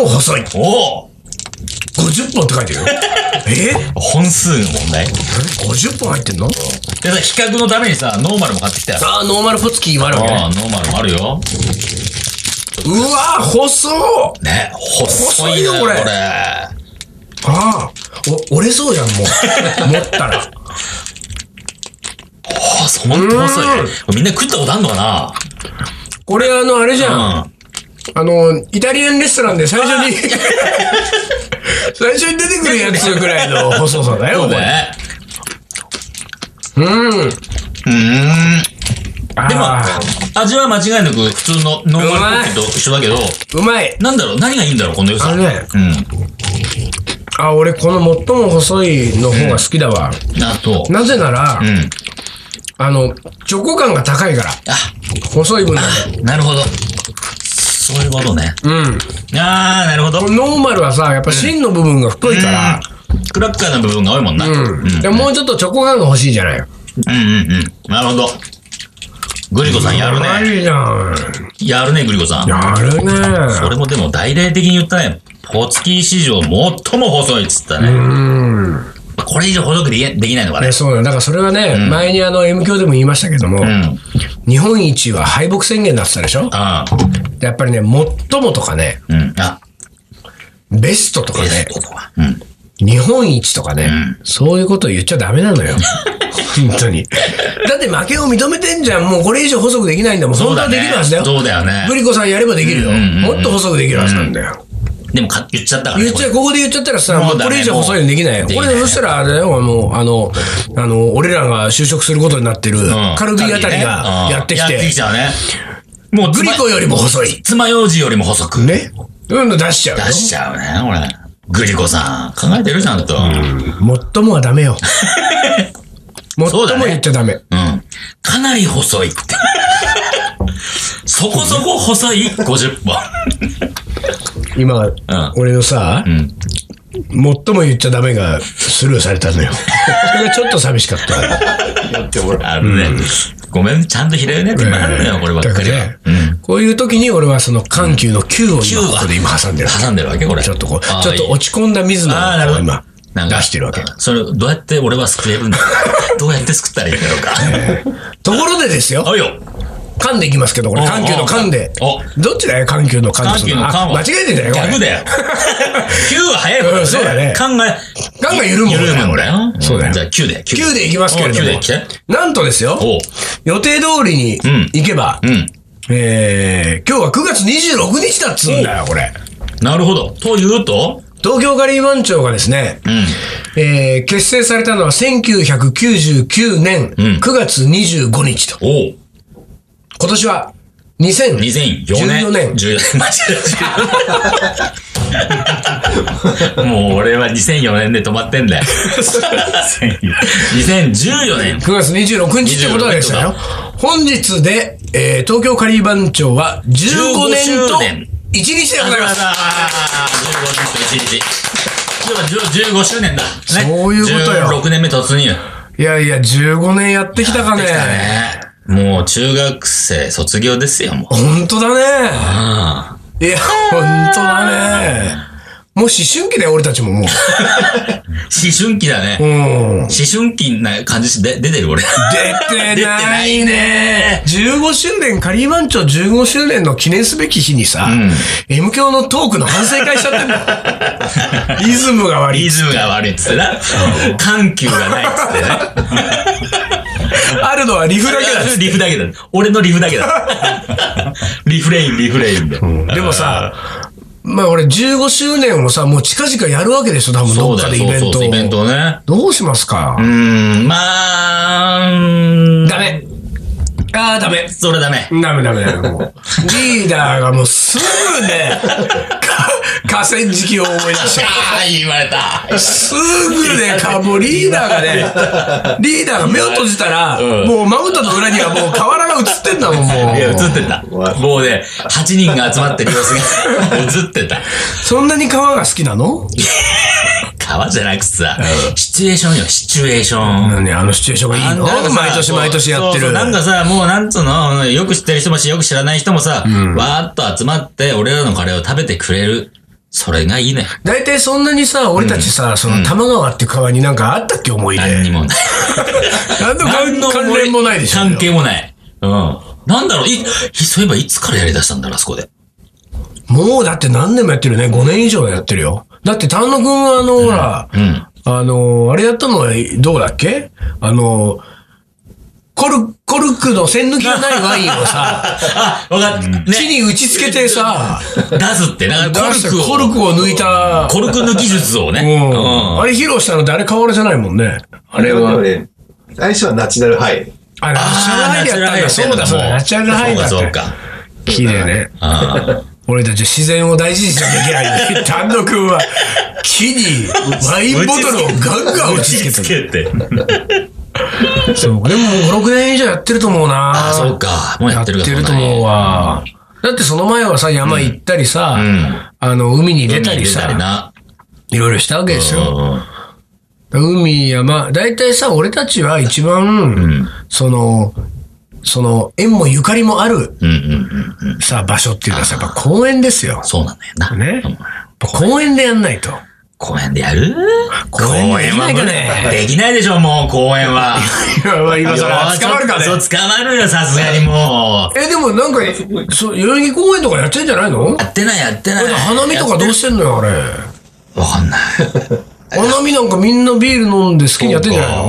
Speaker 1: も細い。
Speaker 2: おう
Speaker 1: 50本って書いてるよ。え
Speaker 2: 本数の問題。
Speaker 1: ?50 本入ってんの
Speaker 2: でさ、比較のためにさ、ノーマルも買ってきたよ。
Speaker 1: あー、ノーマルポツキーもある
Speaker 2: う
Speaker 1: わ
Speaker 2: ん、
Speaker 1: けね。
Speaker 2: ノーマルもあるよ。
Speaker 1: うわー、細っ
Speaker 2: ね、細い
Speaker 1: 細いよこ
Speaker 2: よ、こ
Speaker 1: れ
Speaker 2: れ。
Speaker 1: ああ、お、折れそうじゃん、も (laughs) う。持ったら。
Speaker 2: あ、そんな細い。これみんな食ったことあんのかな
Speaker 1: これ、あの、あれじゃん。
Speaker 2: うん。
Speaker 1: あの、イタリアンレストランで最初に、 (laughs) 最初に出てくるやつぐらいの細さだよ、
Speaker 2: そう
Speaker 1: これ。
Speaker 2: ね。
Speaker 1: うん。
Speaker 2: うーん。でも
Speaker 1: ああ、
Speaker 2: 味は間違いなく普通のノーマルポッキーと一緒だけど、
Speaker 1: うまい。
Speaker 2: なんだろう何がいいんだろうこの良
Speaker 1: あ
Speaker 2: さ。
Speaker 1: のね、
Speaker 2: うん。
Speaker 1: あ、俺この最も細いの方が好きだわ。
Speaker 2: あと、
Speaker 1: なぜなら、
Speaker 2: うん。
Speaker 1: あの、チョコ感が高いから。
Speaker 2: あ、
Speaker 1: 細い分だね。
Speaker 2: なるほど。そういうことね。
Speaker 1: うん。
Speaker 2: あー、なるほど。
Speaker 1: ノーマルはさ、やっぱ芯の部分が太いから、
Speaker 2: うんクラッカーな部分が多いもんな。うん。う
Speaker 1: うんん。でもうちょっとチョコ感が欲しいじゃない。
Speaker 2: うんうん。なるほど。グリコさんやる
Speaker 1: あ
Speaker 2: ね。
Speaker 1: いじゃん。
Speaker 2: やるね、グリコさん。
Speaker 1: やるね
Speaker 2: 俺もでも大々的に言ったね。ポツキー史上最も細いっつった
Speaker 1: う
Speaker 2: ね。
Speaker 1: ん。
Speaker 2: これ以上細くできできないのかね
Speaker 1: ね、。そうだ。だからそれはね、前にあの、M 教でも言いましたけども、
Speaker 2: うん。
Speaker 1: 日本一は敗北宣言だってたでしょ
Speaker 2: あ
Speaker 1: でやっぱりね、最もとかね、
Speaker 2: ーうん。あ、
Speaker 1: ベストとか
Speaker 2: ベ
Speaker 1: ね
Speaker 2: ス、トとか。うん。
Speaker 1: 日本一とかね、そういうこと言っちゃダメなのよ。本当に。だって負けを認めてんじゃん。もうこれ以上細くできないんだもん。
Speaker 2: そ
Speaker 1: 本
Speaker 2: う
Speaker 1: 当
Speaker 2: だ
Speaker 1: はでき
Speaker 2: ね
Speaker 1: るはずだよ。
Speaker 2: そうだよね
Speaker 1: グリコさんやればできるよ。
Speaker 2: うんうんうんうん
Speaker 1: もっと細くできるはずなんだよ。
Speaker 2: でもか言っちゃったから
Speaker 1: 言
Speaker 2: ね。
Speaker 1: っちゃう、ここで言っちゃったらさ、も
Speaker 2: も
Speaker 1: う
Speaker 2: うだね
Speaker 1: これ以上細いのできないよ。
Speaker 2: もう
Speaker 1: これ
Speaker 2: できない
Speaker 1: そしたら、あれだよ、もう、あの、あの、俺らが就職することになってる
Speaker 2: うん、
Speaker 1: カルビーあたり
Speaker 2: カルビねう
Speaker 1: が
Speaker 2: ん
Speaker 1: やってき
Speaker 2: やって
Speaker 1: て
Speaker 2: き、ちゃうね。もう
Speaker 1: グ
Speaker 2: つま
Speaker 1: リコよりも細い。
Speaker 2: 爪楊枝よりも細く。
Speaker 1: ね。うんの出しちゃうよ。
Speaker 2: 出しちゃうね、これ。グリコさん。考えてるちゃんと。うん。
Speaker 1: もっともはダ
Speaker 2: (laughs)
Speaker 1: メよ。もっ
Speaker 2: そう
Speaker 1: と
Speaker 2: だ
Speaker 1: も
Speaker 2: ね
Speaker 1: 言っちゃダメ。
Speaker 2: かなり細いって。 (laughs) そこそこ細い50本。
Speaker 1: 今、
Speaker 2: ん
Speaker 1: 俺のさ、
Speaker 2: ん
Speaker 1: もっとも言っちゃダメがスルーされたのよ。 (laughs) それがちょっと寂しかった。やってほら。
Speaker 2: あるね。ごめん、ちゃんと拾えねって今あるのよ、こればっかりは。
Speaker 1: だからねこういう時に俺はその緩急の9を今
Speaker 2: 9は
Speaker 1: ここで今挟んでる。
Speaker 2: 挟んでるわけこれ。
Speaker 1: ちょっとこう、
Speaker 2: あー
Speaker 1: ちょっと落ち込んだ水野
Speaker 2: あーなる
Speaker 1: を
Speaker 2: ほど
Speaker 1: 今
Speaker 2: なんか
Speaker 1: 出してるわけ。
Speaker 2: それ、どうやって俺は救え
Speaker 1: (laughs)
Speaker 2: るんだどうやって救ったらいいんだろうか。
Speaker 1: ところでですよ、
Speaker 2: あよ。
Speaker 1: 噛んでいきますけど、これ
Speaker 2: お
Speaker 1: 緩急の噛んで。
Speaker 2: お
Speaker 1: どっちだよ、緩急の噛んで。
Speaker 2: 緩急の
Speaker 1: あ
Speaker 2: 緩
Speaker 1: 間
Speaker 2: は。
Speaker 1: 違えてんじゃないこれ
Speaker 2: 逆だよ。9は早いもん
Speaker 1: うんそうだね
Speaker 2: 勘が。
Speaker 1: 勘が緩むもんね
Speaker 2: 緩むんだよ。
Speaker 1: そうだよ
Speaker 2: んじゃあ9で。
Speaker 1: 9でいきますけれど
Speaker 2: おう
Speaker 1: も
Speaker 2: 9でいって。
Speaker 1: なんとですよ、
Speaker 2: おう
Speaker 1: 予定通りに
Speaker 2: ん
Speaker 1: 行けば、
Speaker 2: うん。
Speaker 1: えー、今日は9月26日だっつうんだよ、これ。
Speaker 2: なるほど。というと
Speaker 1: 東京ガリーマン町がですね、
Speaker 2: うん。
Speaker 1: えー、結成されたのは1999年
Speaker 2: うん
Speaker 1: 9月25日と。
Speaker 2: おう
Speaker 1: 今年は2000
Speaker 2: 2004
Speaker 1: 14年
Speaker 2: 年。(laughs) 14年。間違えた。 (laughs) もう俺は2004年で止まってん
Speaker 1: (laughs)
Speaker 2: だよ。2014年。
Speaker 1: 9月26日ってことでしたよ。本日で、えー、東京カリー番長は15年と
Speaker 2: 15周年
Speaker 1: 1日でございます。
Speaker 2: 15年と1日。そうか10 15周年だ。ね
Speaker 1: そういうことよ
Speaker 2: 16年目突入。
Speaker 1: いやいや、15年やってきたかね。
Speaker 2: できたね。もう中学生卒業ですよ、もう。
Speaker 1: 本当だね。
Speaker 2: あ
Speaker 1: いや、本当だね。もう思春期だよ、俺たちももう。
Speaker 2: あ思春期だね。 (laughs)
Speaker 1: うん。
Speaker 2: 思春期な感じし、で出てる俺。
Speaker 1: 出てな
Speaker 2: 出
Speaker 1: い
Speaker 2: て
Speaker 1: ね。15周年、カリー番長15周年の記念すべき日にさ、M 教のトークの反省会しちゃってんだ。
Speaker 2: (laughs)
Speaker 1: リズムが悪い
Speaker 2: リ。ズムが悪いっつってな。緩急がないっつってね。
Speaker 1: あるのはリフだけだ。
Speaker 2: リフだけだ。俺のリフだけだ。リフレイン、リフレインで。
Speaker 1: でもさ、まあ俺15周年をさ、もう近々やるわけでしょ、多分
Speaker 2: そ
Speaker 1: ど
Speaker 2: う
Speaker 1: っか
Speaker 2: だよ、
Speaker 1: でイ
Speaker 2: そう
Speaker 1: ベ
Speaker 2: そ
Speaker 1: ン
Speaker 2: う
Speaker 1: ト
Speaker 2: そう、イベン
Speaker 1: を。
Speaker 2: トね。
Speaker 1: どうしますか
Speaker 2: うーん、まあ、
Speaker 1: ダメ。ああ、ダメ。
Speaker 2: それダメ。
Speaker 1: ダメダメ
Speaker 2: (laughs)
Speaker 1: ダメ、もう。リーダーがもうすぐね、か河川敷を思い出して。
Speaker 2: ああ、言われた。
Speaker 1: すぐね、か、もうリーダーが
Speaker 2: (laughs)
Speaker 1: ね、リーダーが目を閉じたら、
Speaker 2: うん
Speaker 1: もうまぶたの裏にはもう瓦が映ってんだもん、も
Speaker 2: いや、映
Speaker 1: う。
Speaker 2: ってた。もうね、8人が集まってる様子が映ってた。
Speaker 1: そんなに川が好きなの
Speaker 2: 川じゃなくてさ、シチュエーションよ、シチュエーション。
Speaker 1: 何あのシチュエーションがいいの
Speaker 2: なんかさ
Speaker 1: 毎年毎年やって
Speaker 2: そうそ
Speaker 1: る。
Speaker 2: うなんかさ、もうなんつうの、よく知ってる人もし、よく知らない人もさ、わーっと集まって、俺らのカレーを食べてくれる。それがいいね。
Speaker 1: 大体そんなにさ、俺たちさ、その玉川っていう川になんかあったっけ思い
Speaker 2: 何に
Speaker 1: 出。
Speaker 2: もない。
Speaker 1: 何の
Speaker 2: 何の
Speaker 1: 関関連もないでしょ。
Speaker 2: 関係もない。うん。なんだろう、い、そういえばいつからやり出したんだろう、あそこで。
Speaker 1: もうだって何年もやってるよね。5年以上やってるよ。だって丹野くんはあの、ほら、
Speaker 2: うん。
Speaker 1: あの、あれやったのはどうだっけあの、コル、コルクの栓抜きがないワインをさ、
Speaker 2: あ、わかった。 (laughs) ね
Speaker 1: 地に打ち付けてさ、
Speaker 2: 出すって、なんかコルクを。
Speaker 1: コルクを抜いた、
Speaker 2: コルク抜き術をね。
Speaker 1: う
Speaker 2: うん。
Speaker 1: ん。あれ披露したのってあれ変わらじゃないもんね。あ
Speaker 3: あれ
Speaker 1: れ
Speaker 3: は
Speaker 1: は、
Speaker 3: ね、最初はナチュラルハイ。
Speaker 1: あ、ナチュラルハイでやったんだ。そうだ、そうだ、ナチュラルハイだった。
Speaker 2: そうか、
Speaker 1: 綺麗ね。
Speaker 2: そうか。
Speaker 1: 俺たち自然を大事にしなきゃいけないのに、丹野くんは木にワインボトルをガンガン打ち付けてる。
Speaker 2: けて。
Speaker 1: そう。でも5、6年以上やってると思うな
Speaker 2: あ、そうか。もうや
Speaker 1: や
Speaker 2: っ
Speaker 1: ってて
Speaker 2: るか
Speaker 1: ると思う。わ。だってその前はさ、山行ったりさ、
Speaker 2: ん
Speaker 1: あの、海に
Speaker 2: そ
Speaker 1: 出
Speaker 2: んなに
Speaker 1: たり
Speaker 2: 出たり
Speaker 1: さ、
Speaker 2: な。
Speaker 1: いろいろしたわけですよ。
Speaker 2: うん
Speaker 1: 海、山、大体さ、俺たちは一番、
Speaker 2: ん
Speaker 1: その、その、縁もゆかりもある
Speaker 2: うんうんうん。
Speaker 1: さ、場所っていうのはさ、やっぱ公園ですよ。
Speaker 2: そうなんだよな。
Speaker 1: ね
Speaker 2: うん
Speaker 1: 公園でやん (laughs) ないと。
Speaker 2: 公園でやる
Speaker 1: 公園できないかね
Speaker 2: 公園は無理できないでしょ、もう、公
Speaker 1: (laughs)
Speaker 2: 園は。
Speaker 1: いや、まあ今
Speaker 2: いや
Speaker 1: 更捕まるかね
Speaker 2: ちょ。っと捕まるよ、さすがにもう。
Speaker 1: え、でもなんか、そう、代々木公園とかやってんじゃないの
Speaker 2: やってない、やってない。
Speaker 1: 花見とかどう
Speaker 2: し
Speaker 1: してんのよ、あれ。
Speaker 2: わかんない。
Speaker 1: 花見なんかみんなビール飲んで好きにやってんじゃない
Speaker 2: (laughs)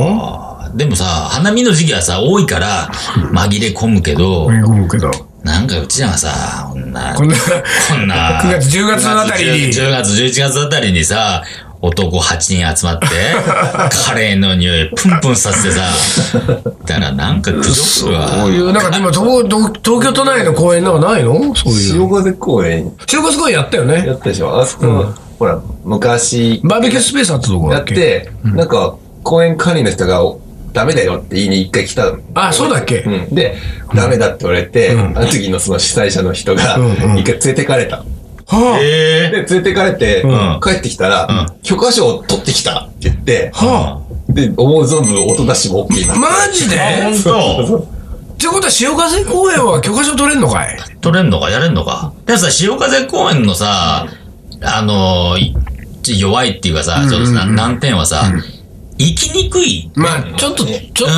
Speaker 1: の
Speaker 2: でもさ、花見の時期はさ、多いから、紛れ込むけど、
Speaker 1: 思うけど。
Speaker 2: なんかうちらがさ、こんな、
Speaker 1: こんな、
Speaker 2: こんな。
Speaker 1: 9月10月のあたりに
Speaker 2: 10月、11月あたりにさ、男8人集
Speaker 1: (laughs)
Speaker 2: まって、カレーの匂いプンプンさせてさ、だからなんか苦情くわ。
Speaker 1: そういう、なんか今、東東東京都内の公園なんかないのそういう。
Speaker 3: 塩風公園
Speaker 1: 中華公園やったよね
Speaker 3: や。ったでしょあそこ、ほら、昔、
Speaker 1: バーベキュースペースあったとこ
Speaker 3: や
Speaker 1: だっ
Speaker 3: っ
Speaker 1: け。
Speaker 3: て、なんか、公園管理の人が、おダメだよって言いに一回来たの
Speaker 1: あ、そうだっけ
Speaker 3: うん。で、ダメだって言われて、あの時のその主催者の人が
Speaker 1: うんうん、
Speaker 3: 一回連れてかれた。
Speaker 1: は
Speaker 2: ええ
Speaker 3: で、連れてかれて
Speaker 2: ん、
Speaker 3: 帰ってきたら、許可証を取ってきたって言って、
Speaker 1: あ。は
Speaker 3: で、思う存分音出しも OK
Speaker 1: あ。
Speaker 3: な。
Speaker 1: マジで
Speaker 2: あ、
Speaker 1: っ
Speaker 2: ほんと
Speaker 1: てことは、潮風公園は許可証取れんのかい
Speaker 2: 取れんのかやれんのかでもさ、潮風公園のさ、あのい弱いっていうかさ、ちょっとな難点はさ、行きにくい。
Speaker 1: まあ、ちょっと、ちょっとね。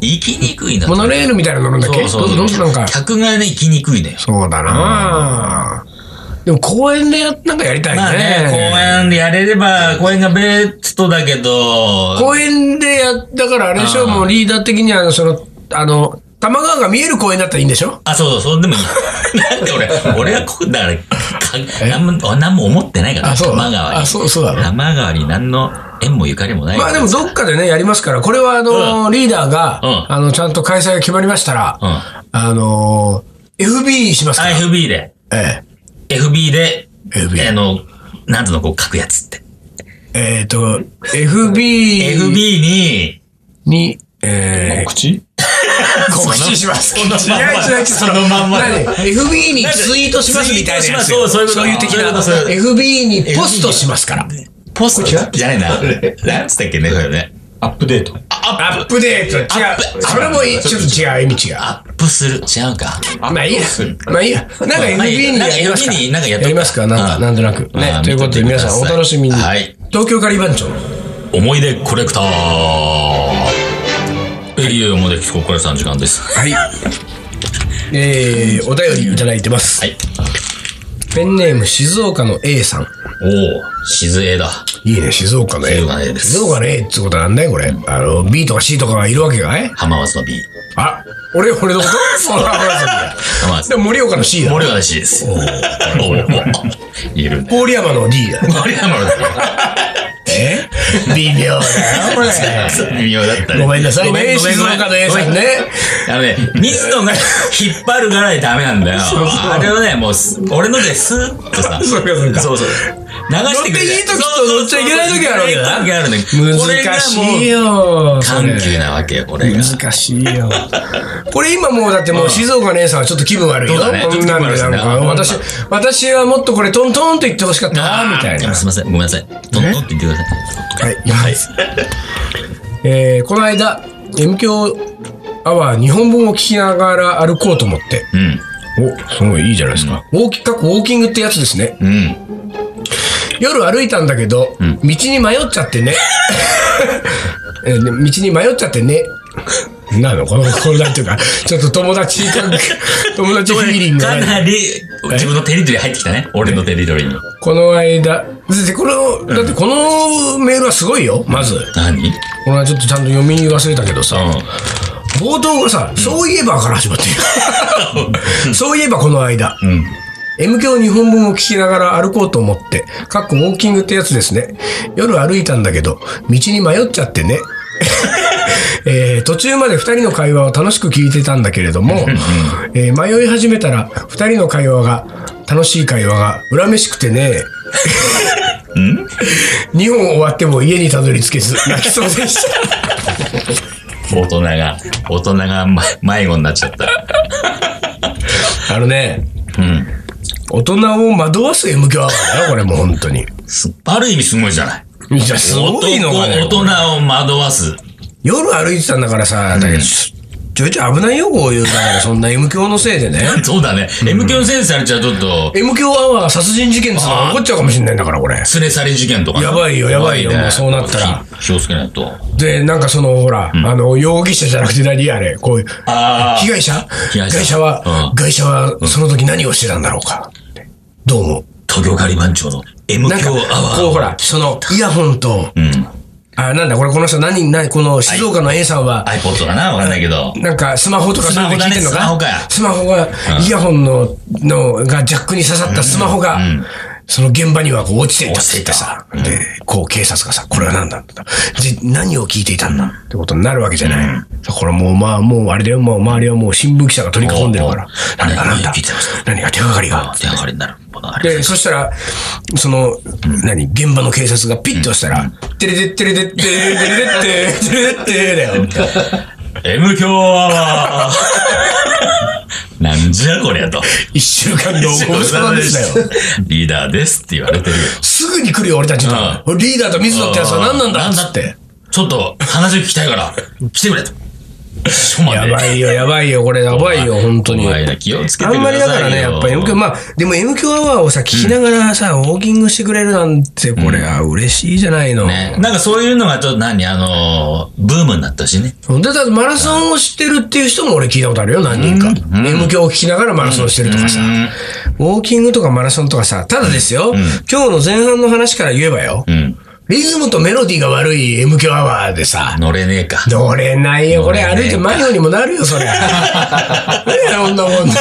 Speaker 2: うん。行きにくいな。
Speaker 1: モノレールみたいなの乗るんだっけ
Speaker 2: そうそう
Speaker 1: どうどうなんか。
Speaker 2: 客がね、行きにくいね。
Speaker 1: そうだなでも公園でや、なんかやりたいね。
Speaker 2: まあね、公園でやれれば、公園がベストだけど、
Speaker 1: 公園でや、だからあれでしょ、
Speaker 2: うん
Speaker 1: もうリーダー的には、その、あの、玉川が見える公園だったらいいんでしょ
Speaker 2: あ、そうそう、そうでもいい。 (laughs) なんで俺、俺はこう、だから、かなんも、何も思ってないから、
Speaker 1: あそう
Speaker 2: 多摩川に。
Speaker 1: あそうそうだろ
Speaker 2: 多摩川に何の縁もゆかりもない。
Speaker 1: まあでもどっかでね、やりますから、これはあの、リーダーが、
Speaker 2: うん
Speaker 1: あの、ちゃんと開催が決まりましたら、
Speaker 2: うん
Speaker 1: あの、FB しますから。
Speaker 2: あ FB で。
Speaker 1: え
Speaker 2: FB で、
Speaker 1: FB
Speaker 2: あの、なんつうの、こう書くやつって。
Speaker 1: えっと、FB
Speaker 2: FB に、
Speaker 1: に、えー、
Speaker 4: 告知
Speaker 2: (laughs)
Speaker 1: 告知します。
Speaker 2: そのそのまんま
Speaker 1: 違う違う違う
Speaker 2: そのまんま
Speaker 1: 何 FB にツイートしますみたいなやつよ。
Speaker 2: ツイートしますそうそういうこと
Speaker 1: 的な。
Speaker 2: そういうことそういう
Speaker 1: FB にポストしますから。
Speaker 2: ポストじゃねえな。なんつったっけね、これね。
Speaker 4: アップデート。
Speaker 1: アップデート、違う
Speaker 2: アッ。プ
Speaker 1: それもいいちょっと違う、意味違う。
Speaker 2: アップする。違うか。
Speaker 1: まあいいや。まあいいや。なんか
Speaker 2: まあい
Speaker 1: FB
Speaker 2: い
Speaker 1: に
Speaker 2: なんか
Speaker 1: やりますか。
Speaker 2: FB になんかやっとくか
Speaker 1: りますか、なん
Speaker 2: う
Speaker 1: か、
Speaker 2: ん
Speaker 1: なんとなく。
Speaker 2: う
Speaker 1: ね
Speaker 2: ん。
Speaker 1: ということで
Speaker 2: 見て
Speaker 1: 皆
Speaker 2: てくだ
Speaker 1: さ
Speaker 2: さ
Speaker 1: ん
Speaker 2: い
Speaker 1: お楽しみに。
Speaker 2: はい
Speaker 1: 東京カリバン長。
Speaker 2: 思い出コレクター。えいえ、思い出コレクターの時間です。
Speaker 1: はい。えー、お便りいただいてます。
Speaker 2: はい。
Speaker 1: ペンネーム静岡の A さん。
Speaker 2: おお、しずえだ。
Speaker 1: いいね、静岡の A。
Speaker 2: 静岡の A です
Speaker 1: 静岡の A ってことなんだよ、これ。あの、B とか C とかがいるわけがい
Speaker 2: 浜松の B。
Speaker 1: あ、俺、俺
Speaker 2: (laughs)
Speaker 1: のことそうなんだ。
Speaker 2: 浜松
Speaker 1: で。も盛岡の C だ。
Speaker 2: 森岡氏です。おお、いるね。
Speaker 1: 郡山の D
Speaker 2: (laughs)
Speaker 1: だ。
Speaker 2: 森山ですね。
Speaker 1: え微妙だよ、こ
Speaker 2: (laughs)
Speaker 1: れ。
Speaker 2: 微妙だったね。
Speaker 1: ごめんなさい
Speaker 2: ごめ
Speaker 1: ね、
Speaker 2: んごめん
Speaker 1: 静
Speaker 2: ごめん
Speaker 1: 岡の A さんね。
Speaker 2: あのね、水野が引っ張るからでダメなんだよ。あれはね、もうす、俺のでスーッとさ。
Speaker 1: そうかそうか
Speaker 2: そうそう流してく
Speaker 1: 乗っ
Speaker 2: れ
Speaker 1: ていい時と乗っちゃいけない時あるわけだな
Speaker 2: そうそうそう乗っちゃいけない時あるね。これがも
Speaker 1: 難
Speaker 2: う
Speaker 1: しいよ。それ
Speaker 2: 緩急なわけよ、これが。
Speaker 1: 難しいよ。これ今もうだってもう静岡姉さんはちょっと気分悪いよ。
Speaker 2: そうだね
Speaker 1: こんなんでなん
Speaker 2: ちょっと気分悪いです
Speaker 1: か、
Speaker 2: ね
Speaker 1: 私、私はもっとこれトントンと言ってほしかったな、みたいな。
Speaker 2: あすいません、ごめんなさい。どんどんって言ってください。
Speaker 1: はい、えーこの間、M 響アワー日本文を聞きながら歩こうと思って。
Speaker 2: うん。
Speaker 1: お、すごいいいじゃないですか。ウォーキング、かっこウォーキングってやつですね。
Speaker 2: うん。
Speaker 1: 夜歩いたんだけど、道に迷っちゃってね。 (laughs) えーね道に迷っちゃってね。なのこの、これなんていうか、ちょっと友達感 (laughs) 覚、友達フィーリングが
Speaker 2: か
Speaker 1: ない
Speaker 2: なり、自分のテリトリー入ってきたね。俺のテリトリーに。
Speaker 1: この間、だってこれを、だってこのメールはすごいよ、まず。
Speaker 2: 何
Speaker 1: これはちょっとちゃんと読み忘れたけどさ、冒頭がさ、そういえばから始まってる。そういえばこの間。
Speaker 2: うん。うん。
Speaker 1: M 教日本文を聞きながら歩こうと思って、かっこウォーキングってやつですね。夜歩いたんだけど、道に迷っちゃってね。 (laughs) えー途中まで2人の会話を楽しく聞いてたんだけれども、えー迷い始めたら2人の会話が、楽しい会話が恨めしくてね、2本終わっても家にたどり着けず、泣きそうでした。
Speaker 2: 大人が、大人がま迷子になっちゃった。
Speaker 1: (laughs) あのね、
Speaker 2: うん。
Speaker 1: 大人を惑わす M 教アワーだよ、これもう本当に。
Speaker 2: すある意味すごいじゃない。
Speaker 1: じゃあすごいのかね。
Speaker 2: 男大人を惑わす。
Speaker 1: 夜歩いてたんだからさ、だけど、ちょいちょい危ないよ、こういう、だからそんな M 教のせいでね。
Speaker 2: (laughs) そうだね。M 級のセンスされちゃうちょっと、
Speaker 1: M 教アワー殺人事件ってのが起こっちゃうかもしれないんだから、これ。
Speaker 2: 連れ去り事件とかね。
Speaker 1: やばいよやばいよ
Speaker 2: 怖ね
Speaker 1: もうそうなったら。
Speaker 2: 気気をつけないと。
Speaker 1: で、なんかその、ほら、あの、容疑者じゃなくて何あれ、こういう、
Speaker 2: あ
Speaker 1: 被害者
Speaker 2: 被害者
Speaker 1: は
Speaker 2: う、ん
Speaker 1: 害者は、その時何をしてたんだろうか。どう思
Speaker 2: 東京カリバン町の M
Speaker 1: う
Speaker 2: 級
Speaker 1: なんか、
Speaker 2: アワー。
Speaker 1: こうほら、その、イヤホンと、
Speaker 2: うん。
Speaker 1: あ、なんだ、これこの人何、何、この静岡の A さんは、
Speaker 2: iPod かなわかんないけど。
Speaker 1: なんか、スマホとかそういうの聞いてんのか
Speaker 2: スマホだね
Speaker 1: スマホが、イヤホンの、の、がジャックに刺さったスマホが、その現場にはこう落ちていたって言ってさ、で、こう警察がさ、これは何なんだと。じ何を聞いていたんだってことになるわけじゃない。これもう、まあ、もうあれだよ、もう周りはもう新聞記者が取り囲んでるから
Speaker 2: も。う
Speaker 1: 何
Speaker 2: もう
Speaker 1: が何だ
Speaker 2: 聞いてました
Speaker 1: 何が手がかりが。
Speaker 2: 手がかりになる。ものがあります
Speaker 1: で、そしたら、その、何、現場の警察がピッと押したら、てれでってれでって、てれでって、てれでってだよ。
Speaker 2: M 強アワーなんじゃこりゃと。
Speaker 1: 一週間のご無沙汰でしたよ。
Speaker 2: リーダーですって言われてるよ。
Speaker 1: すぐに来るよ、俺たちが。リーダーと水野ってやつは何なんだ
Speaker 2: うん
Speaker 1: っつって。
Speaker 2: ちょっと話を聞きたいから、来てくれと。署ま
Speaker 1: や
Speaker 2: で。
Speaker 1: ばいよ、やばいよ、これやばいよ、本当に。
Speaker 2: お前
Speaker 1: あ
Speaker 2: ら気をつけて
Speaker 1: ん
Speaker 2: くださいよ。
Speaker 1: まりだからね、やっぱ M 響、まあ、でも M 響アワーをさ、聞きながらさ、ウォーキングしてくれるなんて、これは嬉しいじゃないの。
Speaker 2: ね。なんかそういうのがちょっと何、あのー、ブームになったしね。
Speaker 1: で、だってマラソンをしてるっていう人も俺聞いたことあるよ、何人か。M 響を聞きながらマラソンしてるとかさ。ウォーキングとかマラソンとかさ、ただですよ、今日の前半の話から言えばよ
Speaker 2: う、ん。
Speaker 1: リズムとメロディーが悪い M 響アワーでさ、
Speaker 2: 乗れねえか。
Speaker 1: 乗れないよ。これ
Speaker 2: 乗れね
Speaker 1: 歩い
Speaker 2: え
Speaker 1: て迷子にもなるよ、
Speaker 2: (laughs)
Speaker 1: そりゃ。ねえ、こんなもんね。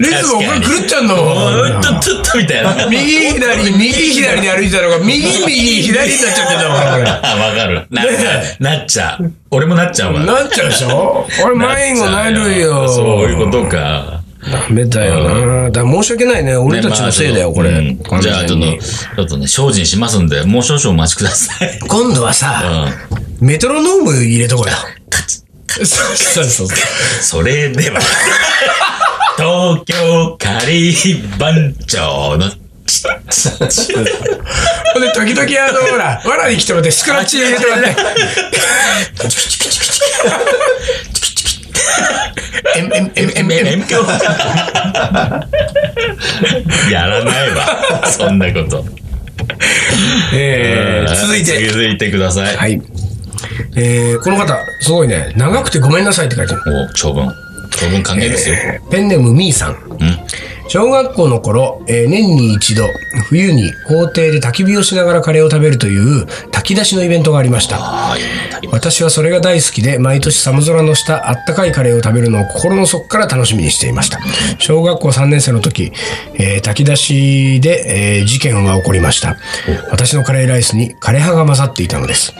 Speaker 1: リズムこれ狂っちゃうんだも
Speaker 2: おーっ
Speaker 1: ん。
Speaker 2: とっとっとみたいな。わ (laughs)
Speaker 1: 右左、右左で歩いてたのが、右右左になっちゃってんだもん、これ。
Speaker 2: かる。ななっちゃう。俺もなっちゃうわ。
Speaker 1: なっちゃうでしょ俺迷子なるよ。
Speaker 2: そういうことか。
Speaker 1: ダメだよな。だから申し訳ないね。俺たちのせいだよ、これ。
Speaker 2: ねまあちょっとう
Speaker 1: 完全
Speaker 2: んじゃあ、
Speaker 1: に
Speaker 2: ちょっと、ちょっとね、精進しますんで、もう少々お待ちください。
Speaker 1: 今度はさ、メトロノーム入れとこよ。そうそうそう。
Speaker 2: それでは、東京カリー番長の、ちち
Speaker 1: ほんで、時々あの、ほら、わらに来てもらって、スクラッチ入れてもらって。エンエンエンエンエン
Speaker 2: M 響やらないわ、そんなこと。
Speaker 1: えー続いて。
Speaker 2: 続いてください。
Speaker 1: はい。えー、この方、すごいね。長くてごめんなさいって書いてある。
Speaker 2: お、長文。長文歓迎ですよ。
Speaker 1: ペンネームみーさん。小学校の頃、えー年に一度、冬に校庭で焚き火をしながらカレーを食べるという焚き出しのイベントがありました。
Speaker 2: ああ、いいね旅
Speaker 1: 私はそれが大好きで、毎年寒空の下、あったかいカレーを食べるのを心の底から楽しみにしていました。小学校3年生の時、えー炊き出しで、えー事件が起こりました。私のカレーライスに枯葉が混ざっていたのです。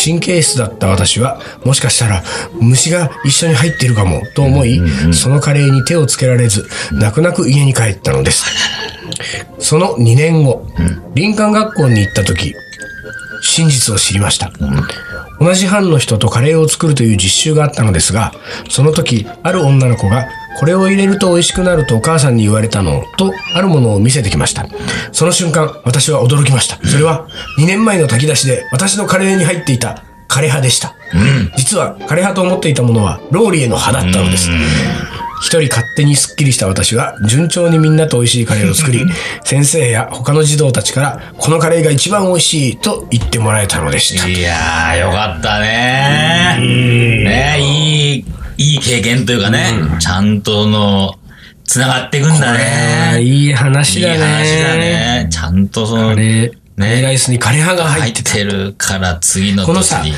Speaker 1: 神経質だった私は、もしかしたら虫が一緒に入っているかもと思い、そのカレーに手をつけられず、泣く泣く家に帰ったのです。その2年後、林間学校に行った時、真実を知りました。同じ班の人とカレーを作るという実習があったのですが、その時、ある女の子が、これを入れると美味しくなるとお母さんに言われたのと、あるものを見せてきました。その瞬間、私は驚きました。それは、2年前の炊き出しで私のカレーに入っていた枯葉でした。実は、枯葉と思っていたものは、ローリエの葉だったのです。一人勝手にスッキリした私は、順調にみんなと美味しいカレーを作り、先生や他の児童たちから、このカレーが一番美味しいと言ってもらえたのでした。
Speaker 2: いやー、よかったねー。ねいい、いい経験というかね、ちゃんとの、つながっていくんだ
Speaker 1: あー
Speaker 2: ね。
Speaker 1: いい話
Speaker 2: いい
Speaker 1: だね。
Speaker 2: 話だ。ね。ちゃんとその、
Speaker 1: カレー、カレー
Speaker 2: ね、
Speaker 1: ライスにカレー派が入
Speaker 2: 入
Speaker 1: っ
Speaker 2: って
Speaker 1: て
Speaker 2: てるから次の
Speaker 1: この
Speaker 2: 年
Speaker 1: さ
Speaker 2: に。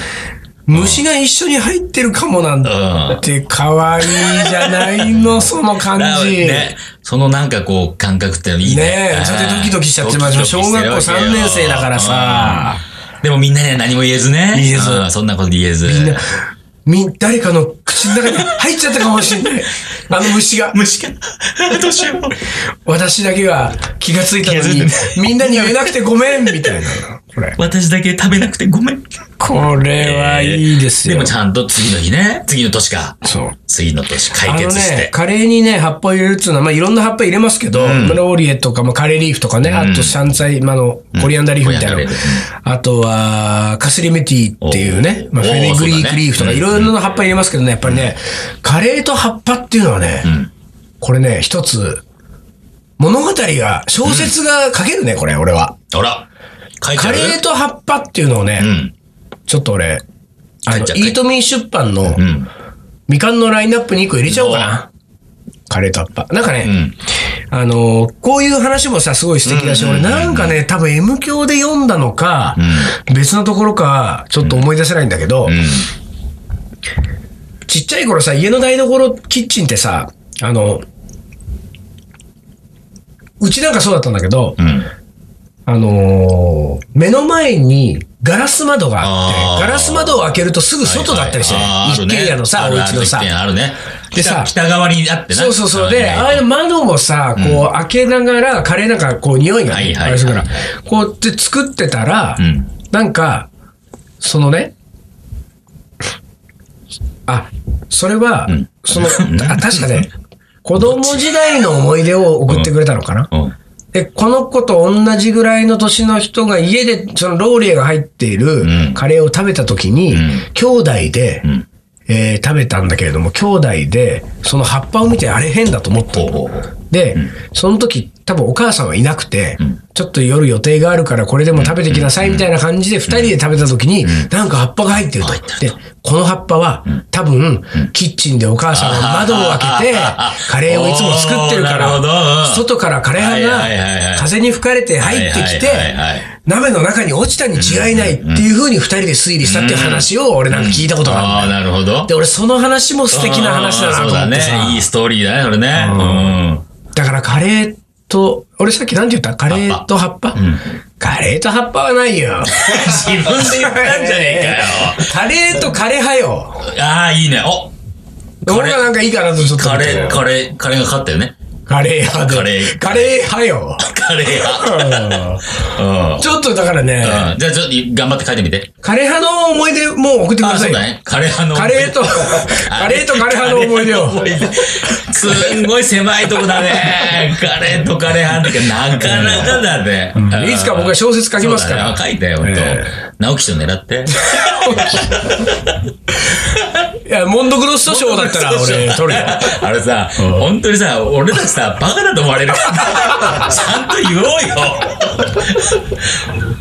Speaker 1: 虫が一緒に入ってるかもなんだ
Speaker 2: うん。
Speaker 1: って、可愛いじゃない
Speaker 2: (laughs)
Speaker 1: の、その感
Speaker 2: だから
Speaker 1: じ。
Speaker 2: ね、そのなんかこう感覚っていいね。
Speaker 1: ねえちょっとドキドキしちゃってます
Speaker 2: ドキドキしてるわけよ
Speaker 1: 小学校三年生だからさ。
Speaker 2: うんでもみんなね、何も言えずね。
Speaker 1: 言えず
Speaker 2: うんそんなこと言えず。
Speaker 1: みんなみ、誰かの口の中に入っちゃったかもしれ
Speaker 2: (laughs)
Speaker 1: ない。あの虫が。
Speaker 2: 虫が、どうしよう。
Speaker 1: 私だけが気がついたの
Speaker 2: 気
Speaker 1: に
Speaker 2: がつい、て
Speaker 1: みんなに言えなくてごめん、みたいな。これ。
Speaker 2: 私だけ食べなくてごめん。
Speaker 1: これはいいですよ。
Speaker 2: でもちゃんと次の日ね、次の年か。
Speaker 1: そう。
Speaker 2: 次の年
Speaker 1: あ
Speaker 2: 解
Speaker 1: の
Speaker 2: 決して。
Speaker 1: ね、カレーにね、葉っぱを入れるっていうのは、まあ、いろんな葉っぱ入れますけど、ローリエとか、まあ、カレーリーフとかね、あと、シャンツァイ、まあ、あの、コリアンダーリーフみたいな
Speaker 2: コリアンダーリー
Speaker 1: の
Speaker 2: フ。
Speaker 1: あとは、カスリメティっていうね、
Speaker 2: おー
Speaker 1: まあ、フェニグリ
Speaker 2: おーそう
Speaker 1: ー
Speaker 2: だ
Speaker 1: ク
Speaker 2: ね
Speaker 1: リーフとか、
Speaker 2: うん
Speaker 1: いろんな葉っぱ入れますけどね、やっぱりね、カレーと葉っぱっていうのはね、これね、一つ、物語が、小説が書けるね、これ、俺は。
Speaker 2: あら、書いて
Speaker 1: カ
Speaker 2: ある
Speaker 1: レーと葉っぱっていうのをね、
Speaker 2: うん。
Speaker 1: ちょっと俺、あの
Speaker 2: 書いちゃ、う
Speaker 1: イートミー出版の、
Speaker 2: うん。
Speaker 1: みかんのラインナップに1個入れちゃおうかな。カレーと葉っぱ。なんかね、
Speaker 2: うん。
Speaker 1: あのーこういう話もさ、すごい素敵だし、俺なんかね、多分 M 教で読んだのか、別のところか、ちょっと思い出せないんだけど、
Speaker 2: うん。
Speaker 1: ちっちゃい頃さ、家の台所、キッチンってさ、あの、うちなんかそうだったんだけど、
Speaker 2: うん。
Speaker 1: あのー目の前にガラス窓があっ
Speaker 2: あー
Speaker 1: て、ガラス窓を開けるとすぐ外だったりして、
Speaker 2: はいはいあーある
Speaker 1: 一
Speaker 2: ね
Speaker 1: 軒家のさ、
Speaker 2: あ
Speaker 1: お
Speaker 2: るある
Speaker 1: 家のさ
Speaker 2: 一、軒家あるね。
Speaker 1: でさ
Speaker 2: 北北側にあってな。
Speaker 1: そうそうそう。で、ああ
Speaker 2: あ
Speaker 1: いう窓もさ、こう開けながら、カレーなんかこう匂いが
Speaker 2: は
Speaker 1: ね、
Speaker 2: いはい
Speaker 1: あれするから、こうやって作ってたら
Speaker 2: うん、
Speaker 1: なんか、そのね、あ、それは
Speaker 2: ん、
Speaker 1: そ
Speaker 2: (laughs)
Speaker 1: の、あ確かね、子供時代の思い出を送ってくれたのかな。
Speaker 2: うん。
Speaker 1: で、この子と同じぐらいの年の人が家で、そのローリエが入っている
Speaker 2: うん
Speaker 1: カレーを食べた時に
Speaker 2: ん、
Speaker 1: 兄弟で
Speaker 2: ん、
Speaker 1: えー食べたんだけれども、兄弟で、その葉っぱを見てあれ変だと思った
Speaker 2: ほうほうほう。
Speaker 1: で、その時多分お母さんはいなくて、ちょっと夜予定があるからこれでも食べてきなさいみたいな感じで二人で食べた時に、なんか葉っぱが入ってると。
Speaker 2: 入って
Speaker 1: で、この葉っぱは多分、キッチンでお母さんが窓を開けて
Speaker 2: あ、
Speaker 1: カレーをいつも作ってるか
Speaker 2: (laughs) おーなるほどうん
Speaker 1: ら、外からカレー
Speaker 2: はいはいはいは
Speaker 1: が
Speaker 2: い
Speaker 1: 風に吹かれて入ってきて
Speaker 2: はいはいはいはい、
Speaker 1: 鍋の中に落ちたに違いないっていう風に二人で推理したっていう話を俺なんか聞いたことがあ
Speaker 2: あ
Speaker 1: るんだよ。
Speaker 2: あ、なるほど。
Speaker 1: で、俺その話も素敵な話だなと思って
Speaker 2: うんそうだ
Speaker 1: さ
Speaker 2: ね。い。いストーリーだね、それね。
Speaker 1: だからカレーと、俺さっきなんて言ったカレーと葉っぱカレーと葉っぱはないよ。
Speaker 2: うん。自分で言ったんじゃねえかよ。
Speaker 1: カレーとカレー派よ。
Speaker 2: ああ、いいね。おカレー
Speaker 1: 俺がなんかいいかなとちょっと
Speaker 2: カ
Speaker 1: 思った。
Speaker 2: レー、カレー、カレーが勝ったよね。
Speaker 1: カレー派で。
Speaker 2: カレー
Speaker 1: カレー派よ。
Speaker 2: カレ
Speaker 1: (laughs)
Speaker 2: ーが。うん。
Speaker 1: ちょっとだからね、
Speaker 2: うんじゃあちょっと頑張って書いてみて。
Speaker 1: カレー派の思い出もう送ってくだ
Speaker 2: あ、
Speaker 1: さ
Speaker 2: そう
Speaker 1: いよ
Speaker 2: だ。ね。カレー派の
Speaker 1: カ
Speaker 2: 思い出。
Speaker 1: レーと、カレーとカレー派の思い出を。
Speaker 2: カレーの思い出すんごい狭いとこだね。カレーとカレー派ってなかなかだね。うん
Speaker 1: いつか僕は小説書きますか
Speaker 2: そうだ
Speaker 1: ら
Speaker 2: ね。書いてよ、ほんと
Speaker 1: え。
Speaker 2: 直木賞狙って。
Speaker 1: いや、モンドグロッソ賞だったら俺取るよ。
Speaker 2: (laughs) あれさ、本当にさ、俺たちさ、バカだと思
Speaker 1: (laughs)
Speaker 2: われるから、ちゃんと言おうよ。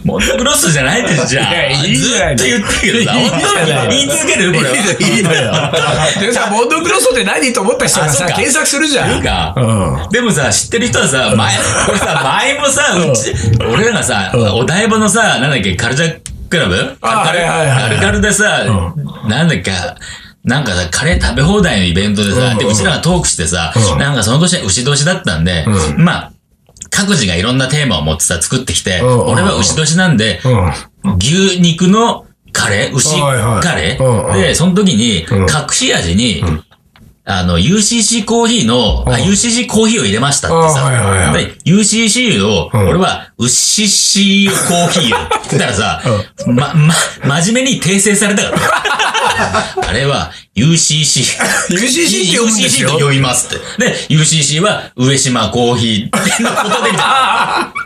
Speaker 2: モンドグロッソじゃないですじゃ
Speaker 1: い
Speaker 2: あ。
Speaker 1: やいいじゃない
Speaker 2: ずっと言ってるけどさ、
Speaker 1: いいじゃ
Speaker 2: 本
Speaker 1: な
Speaker 2: 当
Speaker 1: い
Speaker 2: に言い続けるこれは。
Speaker 1: いいのよ。でさ、モンドグロッソって何と思った人が
Speaker 2: あそ
Speaker 1: さ、
Speaker 2: うか
Speaker 1: 検索するじゃ
Speaker 2: い
Speaker 1: ん。
Speaker 2: いか
Speaker 1: うん。
Speaker 2: でもさ、知ってる人はさ、前、これさ、前もさ、うち、俺らがさ、お台場のさ、なんだっけ、カルチャークラブ
Speaker 1: あ
Speaker 2: カル
Speaker 1: はいはいはい
Speaker 2: カルカルでさ、なんだっけ、なんかさ、カレー食べ放題のイベントでさ、で、うちらがトークしてさ、なんかその年、牛年だったんで、まあ、各自がいろんなテーマを持ってさ、作ってきて、
Speaker 1: うんうん
Speaker 2: 俺は牛年なんで、
Speaker 1: うん。
Speaker 2: 牛肉のカレー牛
Speaker 1: はいはい
Speaker 2: カレ
Speaker 1: うんうん
Speaker 2: ーで、その時に、
Speaker 1: ん
Speaker 2: 隠し味に、あの、UCC コーヒーの、あ、UCC コーヒーを入れましたって
Speaker 1: あはいはい
Speaker 2: さ
Speaker 1: は、い
Speaker 2: で、UCC を、俺は、牛 c コーヒー
Speaker 1: (laughs)
Speaker 2: を、って言ったらさ、ま、ま、真面目に訂正された (laughs) から。あれは、UCC。
Speaker 1: UCC って呼ぶんですよ
Speaker 2: UCC と呼びますって。で、UCC は、上島コーヒーのことで、っ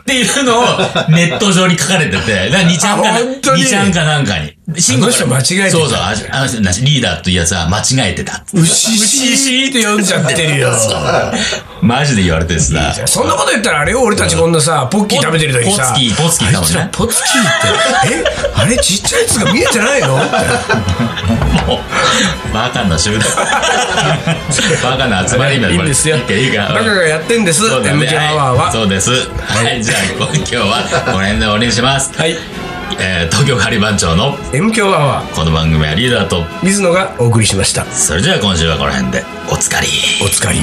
Speaker 2: ていうのをネット上に書かれて
Speaker 1: (laughs)
Speaker 2: て、な2ちゃんか
Speaker 1: あ
Speaker 2: な、
Speaker 1: 本当に
Speaker 2: 2ちゃんかなんかに。慎吾
Speaker 1: あの人間違えてた
Speaker 2: そうそう、ああの人、なリーダーというやつは間違えてた。
Speaker 1: 牛しって呼んじゃってるよ。
Speaker 2: マジで言われてさ。
Speaker 1: そんなこと言ったらあれよ、俺たちこんなさ、ポッキー食べてる時にさ。
Speaker 2: ポツキー、ポツキーだもんね。
Speaker 1: ポツキーって、えあれちっちゃいやつが見えてないのって
Speaker 2: もう、バカな集
Speaker 1: (laughs)
Speaker 2: 団。バカな集まりみたいな。
Speaker 1: いいんですよ
Speaker 2: いいかいいか。
Speaker 1: バカがやってんです、
Speaker 2: そうだ
Speaker 1: MJ
Speaker 2: ね
Speaker 1: アワーは。
Speaker 2: そうです。はい、じゃあ今日はこの辺で終わりにします。
Speaker 1: はい。
Speaker 2: えー東京カリバン長の
Speaker 1: M 強アワー、
Speaker 2: この番組はリーダーと、
Speaker 1: 水野がお送りしました。
Speaker 2: それじゃあ今週はこの辺で、おつかり。
Speaker 1: お疲れ。